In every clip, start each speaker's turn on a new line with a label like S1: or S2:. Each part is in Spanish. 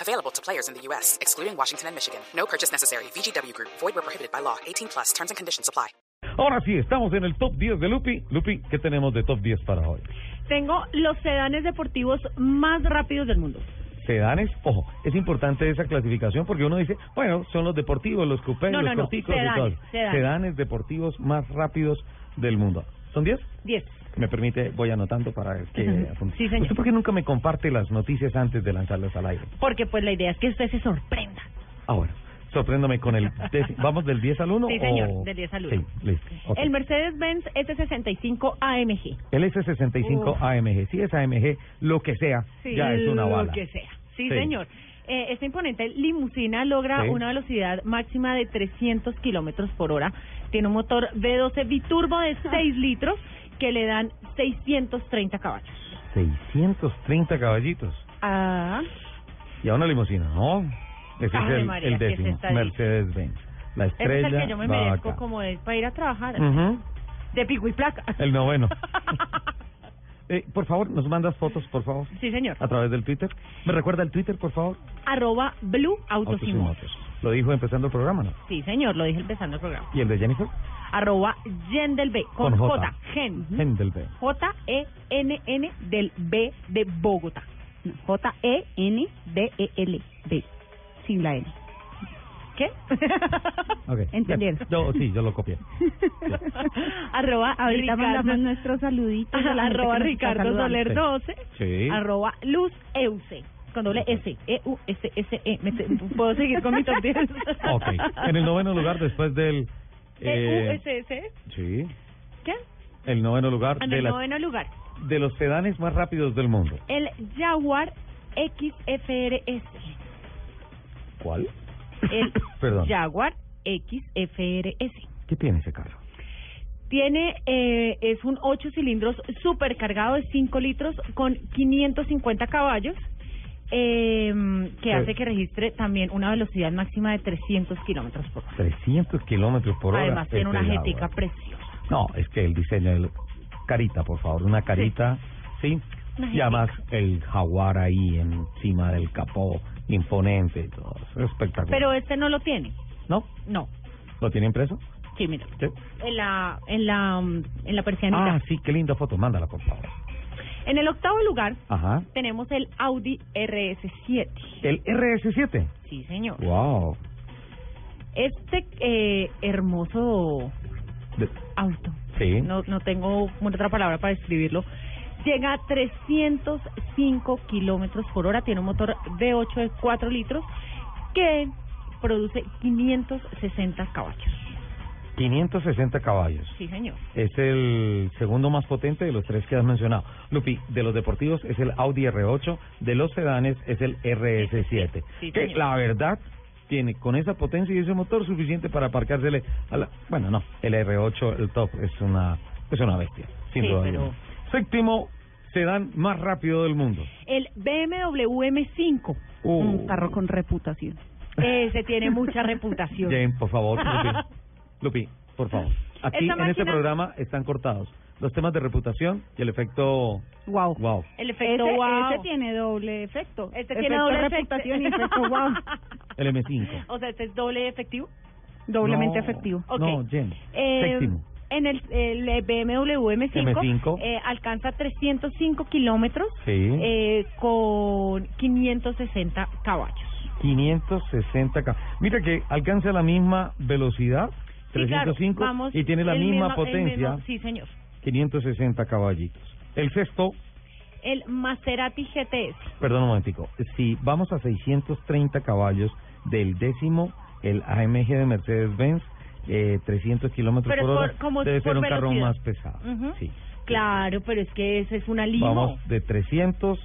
S1: Available to players in the U.S., excluding Washington and Michigan. No purchase necessary. VGW Group, void were prohibited by law. 18 plus terms and conditions apply.
S2: Ahora sí, estamos en el top 10 de Lupi. Lupi, ¿qué tenemos de top 10 para hoy?
S3: Tengo los sedanes deportivos más rápidos del mundo.
S2: Sedanes, ojo, es importante esa clasificación porque uno dice, bueno, son los deportivos, los coupés,
S3: No,
S2: los
S3: no, no,
S2: corticos y
S3: sedanes,
S2: todo.
S3: sedanes.
S2: deportivos más rápidos del mundo. ¿Son 10?
S3: 10.
S2: Me permite, voy anotando para que
S3: Ujú.
S2: apunte.
S3: Sí, señor.
S2: ¿Usted por qué nunca me comparte las noticias antes de lanzarlas al aire?
S3: Porque pues la idea es que usted se sorprenda.
S2: Ahora, sorpréndome con el... dec- ¿Vamos del 10 al 1?
S3: Sí, señor, del 10 al 1.
S2: Sí, listo. ok.
S3: El Mercedes-Benz E S65 AMG.
S2: El S65
S3: Uf.
S2: AMG, si es AMG, lo que sea, ya es una bala.
S3: Lo que sea.
S2: Sí.
S3: Sí, señor. Eh, esta imponente limusina logra
S2: Sí.
S3: una velocidad máxima de 300 kilómetros por hora. Tiene un motor V12 biturbo de 6 litros que le dan 630 caballos.
S2: 630 caballitos.
S3: Ah,
S2: Y a una limusina, ¿no? Ese
S3: Ave
S2: es el,
S3: María,
S2: el
S3: ¿qué es
S2: décimo,
S3: esta
S2: Mercedes-Benz. La
S3: ese es
S2: estrella
S3: el que yo me
S2: va
S3: merezco
S2: acá.
S3: como es para ir a trabajar.
S2: Ujú.
S3: De pico y placa.
S2: El noveno. Eh, por favor, nos mandas fotos, por favor,
S3: sí, señor.
S2: a través del Twitter. ¿Me recuerda el Twitter, por favor?
S3: Arroba Blue Autos y
S2: Autos y
S3: Motos.
S2: Motos. Lo dijo empezando el programa, ¿no?
S3: Sí, señor, lo dije empezando el programa.
S2: ¿Y el de Jennifer?
S3: Arroba Yendelb, con,
S2: Con
S3: J,
S2: J.
S3: Gen.
S2: Hendelberg.
S3: J-E-N-N del B de Bogotá. E
S4: J-E-N-D-E-L-B. Sin la L.
S3: ¿Qué?
S2: Okay.
S4: Entendieron.
S2: Yo- sí, yo lo copié.
S3: arroba
S4: Ahorita mandamos
S3: Ricardo,
S4: nuestros saluditos. a la gente
S3: arroba
S4: que nos está
S3: Ricardo
S4: saludando.
S3: Soler 12.
S2: Sí.
S3: Arroba Luz Euse. Con doble S. E-U-S-S-E. Me te- ¿Puedo seguir con mi top 10?
S2: Ok. En el noveno lugar, después del... eh,
S3: E-U-S-S.
S2: sí.
S3: ¿Qué?
S2: El noveno lugar
S3: En
S2: de,
S3: Ah, el
S2: la-
S3: noveno lugar.
S2: de los sedanes más rápidos del mundo.
S3: El Jaguar XFRS.
S2: ¿Cuál?
S3: El
S2: Perdón.
S3: Jaguar XFRS.
S2: ¿Qué tiene ese carro?
S3: Tiene, eh, es un 8 cilindros supercargado de 5 litros con 550 caballos, eh,
S2: Sí.
S3: que hace que registre también una velocidad máxima de 300 kilómetros por hora.
S2: 300 kilómetros por hora.
S3: Además, tiene
S2: este
S3: una
S2: Jaguar.
S3: jetica preciosa.
S2: No, es que el diseño del... Carita, por favor, una carita, ¿sí?
S3: Una
S2: Y además el jaguar ahí encima del capó, imponente y todo. eso, Espectacular.
S3: Pero este no lo tiene.
S2: ¿No?
S3: No.
S2: ¿Lo tienen preso?
S3: Sí, mira.
S2: ¿Sí?
S3: En la, en la, mm, en la persianita.
S2: Ah, sí, qué linda foto. Mándala, por favor.
S3: En el octavo lugar
S2: Ajá.
S3: tenemos el Audi RS7.
S4: Eh.
S2: El RS7.
S3: Sí, señor.
S2: Wow.
S3: Este eh, hermoso
S2: De-
S3: auto.
S2: Sí.
S3: No, no tengo otra palabra para describirlo. Llega a 305 kilómetros por hora. Tiene un motor V8 de 4 litros que produce 560 caballos.
S2: 560 caballos.
S3: Sí, señor.
S2: Es el segundo más potente de los tres que has mencionado. Lupi, de los deportivos es el Audi R8, de los sedanes es el RS7.
S3: Sí,
S2: que
S3: señor.
S2: la verdad tiene con esa potencia y ese motor suficiente para aparcársele a la... Bueno, no, el R8, el top, es una, es una bestia, sin
S3: Sí,
S2: duda.
S3: pero-
S2: alguna. Séptimo sedán más rápido del mundo.
S3: El BMW M5.
S2: Uh,
S4: Un carro con reputación.
S3: Ese tiene mucha reputación.
S2: Jen, por favor, Lupi, Lupi, por favor. Aquí
S3: Esta
S2: en este
S3: máquina-
S2: programa están cortados los temas de reputación y el efecto...
S4: Wow.
S2: Wow.
S3: El
S4: Ese,
S3: efecto wow.
S4: ese tiene doble efecto.
S3: Este tiene
S4: Efecto
S3: doble efecto.
S4: reputación y efecto wow.
S2: El M5.
S3: O sea, este es doble efectivo.
S4: Doblemente
S2: No,
S4: efectivo.
S3: Ok.
S2: No, Jen.
S3: Eh,
S2: Séptimo.
S3: En el, el eh, BMW M5,
S2: M5.
S3: eh, alcanza 305 kilómetros
S2: Sí.
S3: eh, con 560 caballos.
S2: 560 k. Mira que alcanza la misma velocidad,
S3: Sí, claro,
S2: 305,
S3: vamos,
S2: y tiene la
S3: el
S2: misma
S3: mismo- el
S2: potencia,
S3: mismo- sí, señor.
S2: 560 caballitos. El sexto,
S3: El Maserati GTS.
S2: perdón un momentico, si vamos a 630 caballos del décimo, el AMG de Mercedes-Benz, eh, 300 kilómetros
S3: Pero
S2: por
S3: es
S2: hora,
S3: por- como
S2: debe
S3: por
S2: ser un carro
S3: velocidad.
S2: más pesado.
S3: Ujú.
S2: sí.
S3: Claro, pero es que ese es una limo.
S2: Vamos de 300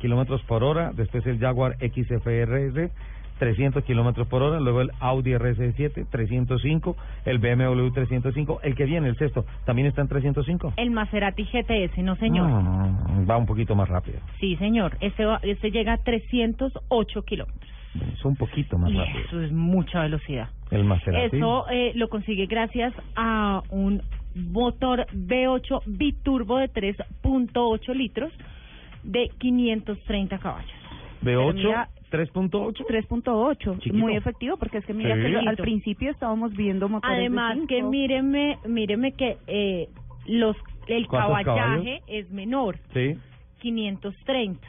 S2: kilómetros por hora, después el Jaguar XFRS, 300 kilómetros por hora, luego el Audi RS7 305, el BMW 305, el que viene, el sexto, también está en 305.
S3: El Maserati GTS, no Eh, señor.
S2: No, no, no, va un poquito más rápido,
S3: Sí, señor. Este, va- este llega a 308 kilómetros.
S2: es un poquito más
S3: Y
S2: rápido.
S3: eso es mucha velocidad.
S2: El Maserati.
S3: Eso eh, lo consigue gracias a un motor V8 biturbo de 3.8 litros de 530 caballos.
S2: de
S4: pero
S2: 8,
S4: mira,
S2: 3.8.
S4: 3.8,
S2: Chiquito.
S4: muy efectivo, porque es que mira
S2: Sí.
S4: que lo- al
S3: Chiquito.
S4: principio estábamos viendo motores de
S3: Además
S4: cinco.
S3: que míreme, míreme que eh, los el
S2: ¿Cuántos
S3: caballaje
S2: caballos?
S3: es menor,
S2: Sí,
S3: 530.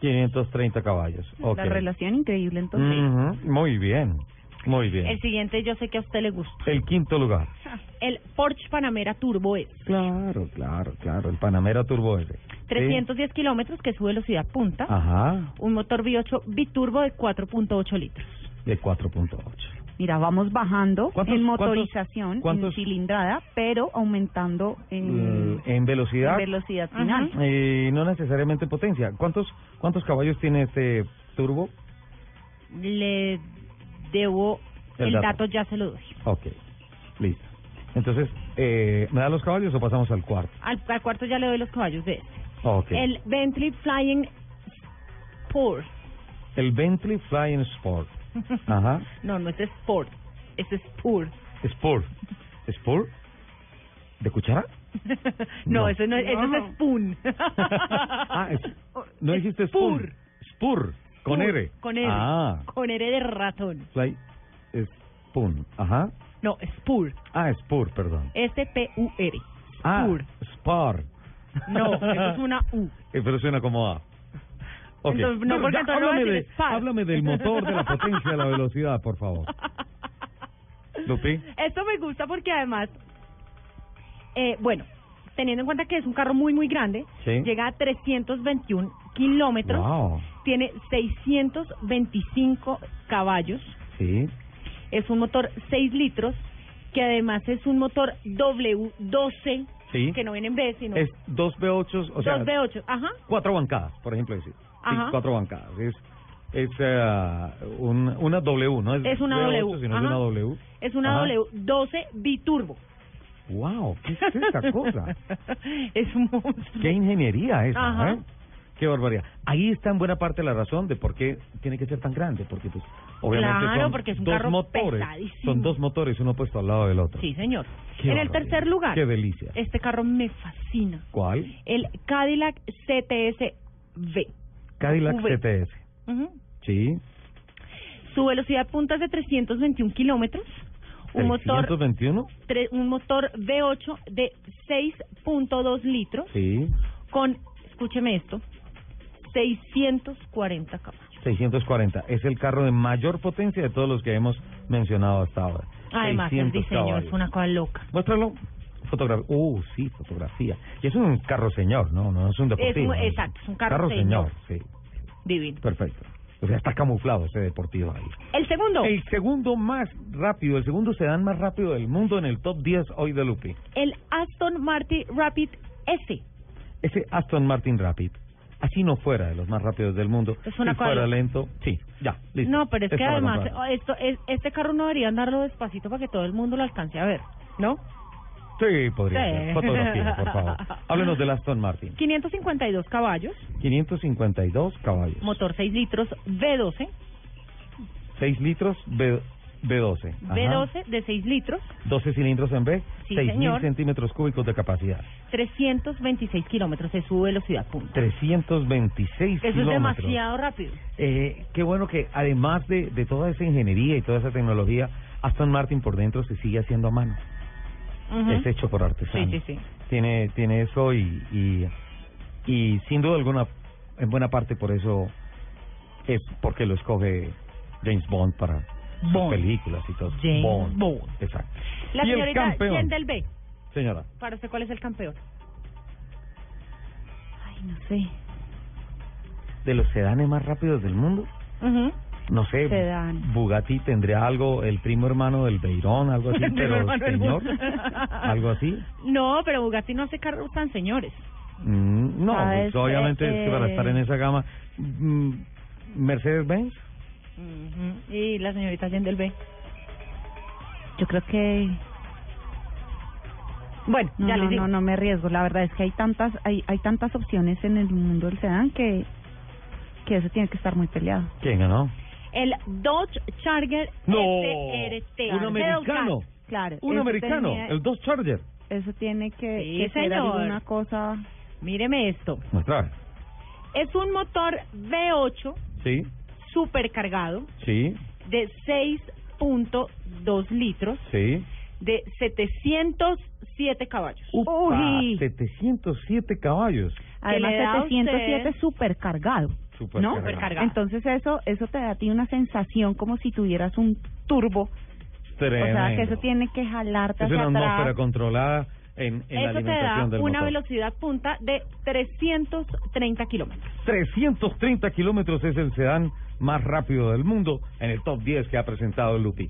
S2: 530 caballos. ok. Mm.
S4: La relación increíble, entonces.
S2: Ujú, Muy bien, muy bien.
S3: El siguiente yo sé que a usted le gusta.
S2: el quinto lugar.
S3: El Porsche Panamera Turbo S.
S2: Claro, claro, claro. El Panamera Turbo S.
S3: 310 kilómetros, que es su velocidad punta.
S2: Ah. Ajá,
S3: Un motor V8 biturbo de 4.8 litros.
S2: de 4.8.
S4: Mira, vamos bajando
S2: ¿Cuántos-
S4: en
S2: cuántos-
S4: motorización,
S2: cuántos-
S4: en cilindrada, pero aumentando en,
S2: Mm, En velocidad.
S4: en velocidad final.
S2: eh, no necesariamente potencia. ¿Cuántos cuántos caballos tiene este turbo?
S3: Le debo
S2: El
S3: el,
S2: dato.
S3: dato. ya se lo doy.
S2: Ok, listo. Entonces, eh, ¿me da los caballos o pasamos al cuarto?
S3: Al, al cuarto ya le doy los caballos de este.
S2: Ok.
S3: El Bentley Flying Sport.
S2: El Bentley Flying Sport. Ajá.
S3: No, no es Sport, Este es Spur.
S2: Sport. Sport. ¿De cuchara?
S3: no,
S2: No.
S3: eso no es, eso es Spoon.
S2: ah, es- no dijiste
S3: Spur.
S2: Spur. Spur. Con
S3: Spur,
S2: R.
S3: Con R.
S2: Ah.
S3: Con R de ratón.
S2: Fly. Spur. Ajá.
S3: No, Spur. Este
S2: Ah, Spur, perdón.
S3: S-P-U-R.
S2: Ah,
S3: Spur.
S2: Spar.
S3: No, eso es una U.
S2: Eh, pero suena como A. Ok.
S3: Entonces, no, porque
S2: ya,
S3: entonces no va a
S2: háblame,
S3: decir
S2: de-
S3: Spar.
S2: háblame del motor, de la potencia, de la velocidad, por favor. Lupi.
S3: Esto me gusta porque además, eh, bueno, teniendo en cuenta que es un carro muy, muy grande,
S2: Sí.
S3: llega a 321 kilómetros,
S2: Wow.
S3: tiene 625 caballos,
S2: Sí.
S3: es un motor 6 litros, que además es un motor W12,
S2: Sí.
S3: que no viene en B, sino
S2: Es dos V8, o sea,
S3: 2V8, ajá,
S2: cuatro bancadas, por ejemplo, decir. Sí,
S3: Ajá.
S2: cuatro bancadas. Es, es eh, un- una W, ¿no?
S3: es una
S2: V8,
S3: W.
S2: Sino es
S3: ajá.
S2: una W.
S3: Es una
S2: Ajá.
S3: W12 biturbo.
S2: ¡Wow! ¿Qué es esta cosa?
S3: es un monstruo.
S2: ¡Qué ingeniería esa!
S3: Ajá.
S2: ¿eh? ¡Qué barbaridad! Ahí está en buena parte la razón de por qué tiene que ser tan grande, porque pues obviamente
S3: Claro,
S2: son
S3: porque es un
S2: dos
S3: carro
S2: motores,
S3: pesadísimo.
S2: son dos motores uno puesto al lado del otro.
S3: Sí, señor.
S2: Qué
S3: en el
S2: barbaridad.
S3: tercer lugar,
S2: Qué delicia.
S3: este carro me fascina.
S2: ¿Cuál?
S3: El Cadillac CTS-V.
S2: Cadillac
S3: V.
S2: CTS.
S3: Ujú.
S2: Sí.
S3: Su velocidad punta es de 321 kilómetros. Un motor,
S2: 321.
S3: tre- un motor V8 de 6.2 litros
S2: Sí.
S3: con, escúcheme esto, 640 caballos.
S2: 640. Es el carro de mayor potencia de todos los que hemos mencionado hasta ahora.
S3: Además, el
S2: 600
S3: diseño es
S2: caballos.
S3: una cosa loca.
S2: Muéstralo. Fotografía. Uh, sí, fotografía. Y es un carro señor, ¿no? No es un deportivo.
S3: un-
S2: ¿no?
S3: exacto, es un carro
S2: señor.
S3: señor.
S2: Sí,
S3: Divino.
S2: perfecto. O sea, está camuflado ese deportivo ahí.
S3: El segundo,
S2: El segundo más rápido, el segundo sedán más rápido del mundo en el top 10 hoy de Lupi.
S3: el Aston Martin Rapid S.
S2: Ese Aston Martin Rapid. Así no fuera de los más rápidos del mundo.
S3: Es una
S2: si fuera
S3: cual-
S2: lento, sí, ya, listo.
S3: No, pero es que
S2: Estaba
S3: además
S2: comprado.
S3: esto es, este carro no debería andarlo despacito para que todo el mundo lo alcance a ver, ¿no?
S2: Sí, podría
S3: Sí.
S2: ser. Fotografía, por favor. Háblenos del Aston Martin.
S3: 552 caballos,
S2: 552 caballos.
S3: motor 6 litros V12,
S2: 6 litros B, B12. Ajá.
S3: V12 de 6 litros,
S2: 12 cilindros en B,
S3: Sí,
S2: 6.000
S3: señor.
S2: centímetros cúbicos de capacidad.
S3: 326 kilómetros es su velocidad punta.
S2: 326
S3: Eso es
S2: kilómetros.
S3: demasiado rápido.
S2: Eh, qué bueno que además de, de toda esa ingeniería y toda esa tecnología, Aston Martin por dentro se sigue haciendo a mano.
S3: Ujú.
S2: Es hecho por artesanos.
S3: Sí, sí, sí.
S2: Tiene, tiene eso y, y, y sin duda alguna, en buena parte por eso es porque lo escoge James Bond para sus
S3: Bond.
S2: películas y todo.
S3: James Bond.
S2: Exacto.
S3: La
S2: y el
S3: señorita,
S2: campeón.
S3: ¿quién del B?
S2: Señora,
S3: Para usted, ¿cuál es el campeón?
S4: Ay, no sé.
S2: de los sedanes más rápidos del mundo,
S3: Ujú.
S2: no sé,
S4: Sedán.
S2: Bugatti tendría algo, el primo hermano del Beirón, algo así,
S3: El primo
S2: pero
S3: hermano del
S2: señor,
S3: Bugatti.
S2: algo así.
S3: No, pero Bugatti no hace carros tan señores.
S2: Mm, No,
S4: ¿Sabes?
S2: pues, obviamente es que para
S4: Eh,
S2: estar en esa gama. mm, Mercedes-Benz,
S3: Ujú. Y la señorita Yendel B.
S4: Yo creo que
S3: Bueno,
S4: no,
S3: ya
S4: no,
S3: les digo.
S4: no, no me arriesgo. La verdad es que hay tantas, hay, hay tantas opciones en el mundo del sedán que, que eso tiene que estar muy peleado.
S2: ¿Quién ganó?
S3: El Dodge Charger SRT.
S2: un americano.
S4: Claro.
S2: Un
S4: eso
S2: americano,
S4: Este tenía-
S2: el Dodge Charger.
S4: Eso tiene que,
S3: Sí,
S4: que ser
S3: señor.
S4: alguna cosa.
S3: Míreme esto.
S2: No, claro.
S3: Es un motor V8
S2: Sí,
S3: supercargado
S2: sí,
S3: de 6.2 litros
S2: sí.
S3: de 707 caballos.
S2: Upa,
S4: Uy.
S2: 707 caballos.
S4: Además,
S3: le da a
S4: 707
S3: usted-
S4: supercargado.
S2: Supercargado.
S3: Supercargado.
S4: Entonces eso eso te da a ti una sensación como si tuvieras un turbo,
S2: Tremendo.
S4: o sea, que eso tiene que jalarte
S2: Es
S4: hacia
S2: una atmósfera
S4: atrás.
S2: controlada en, en la
S3: Eso te da
S2: alimentación del
S3: una
S2: motor.
S3: velocidad punta de 330 kilómetros.
S2: 330 kilómetros es el sedán más rápido del mundo en el top 10 que ha presentado Lupi.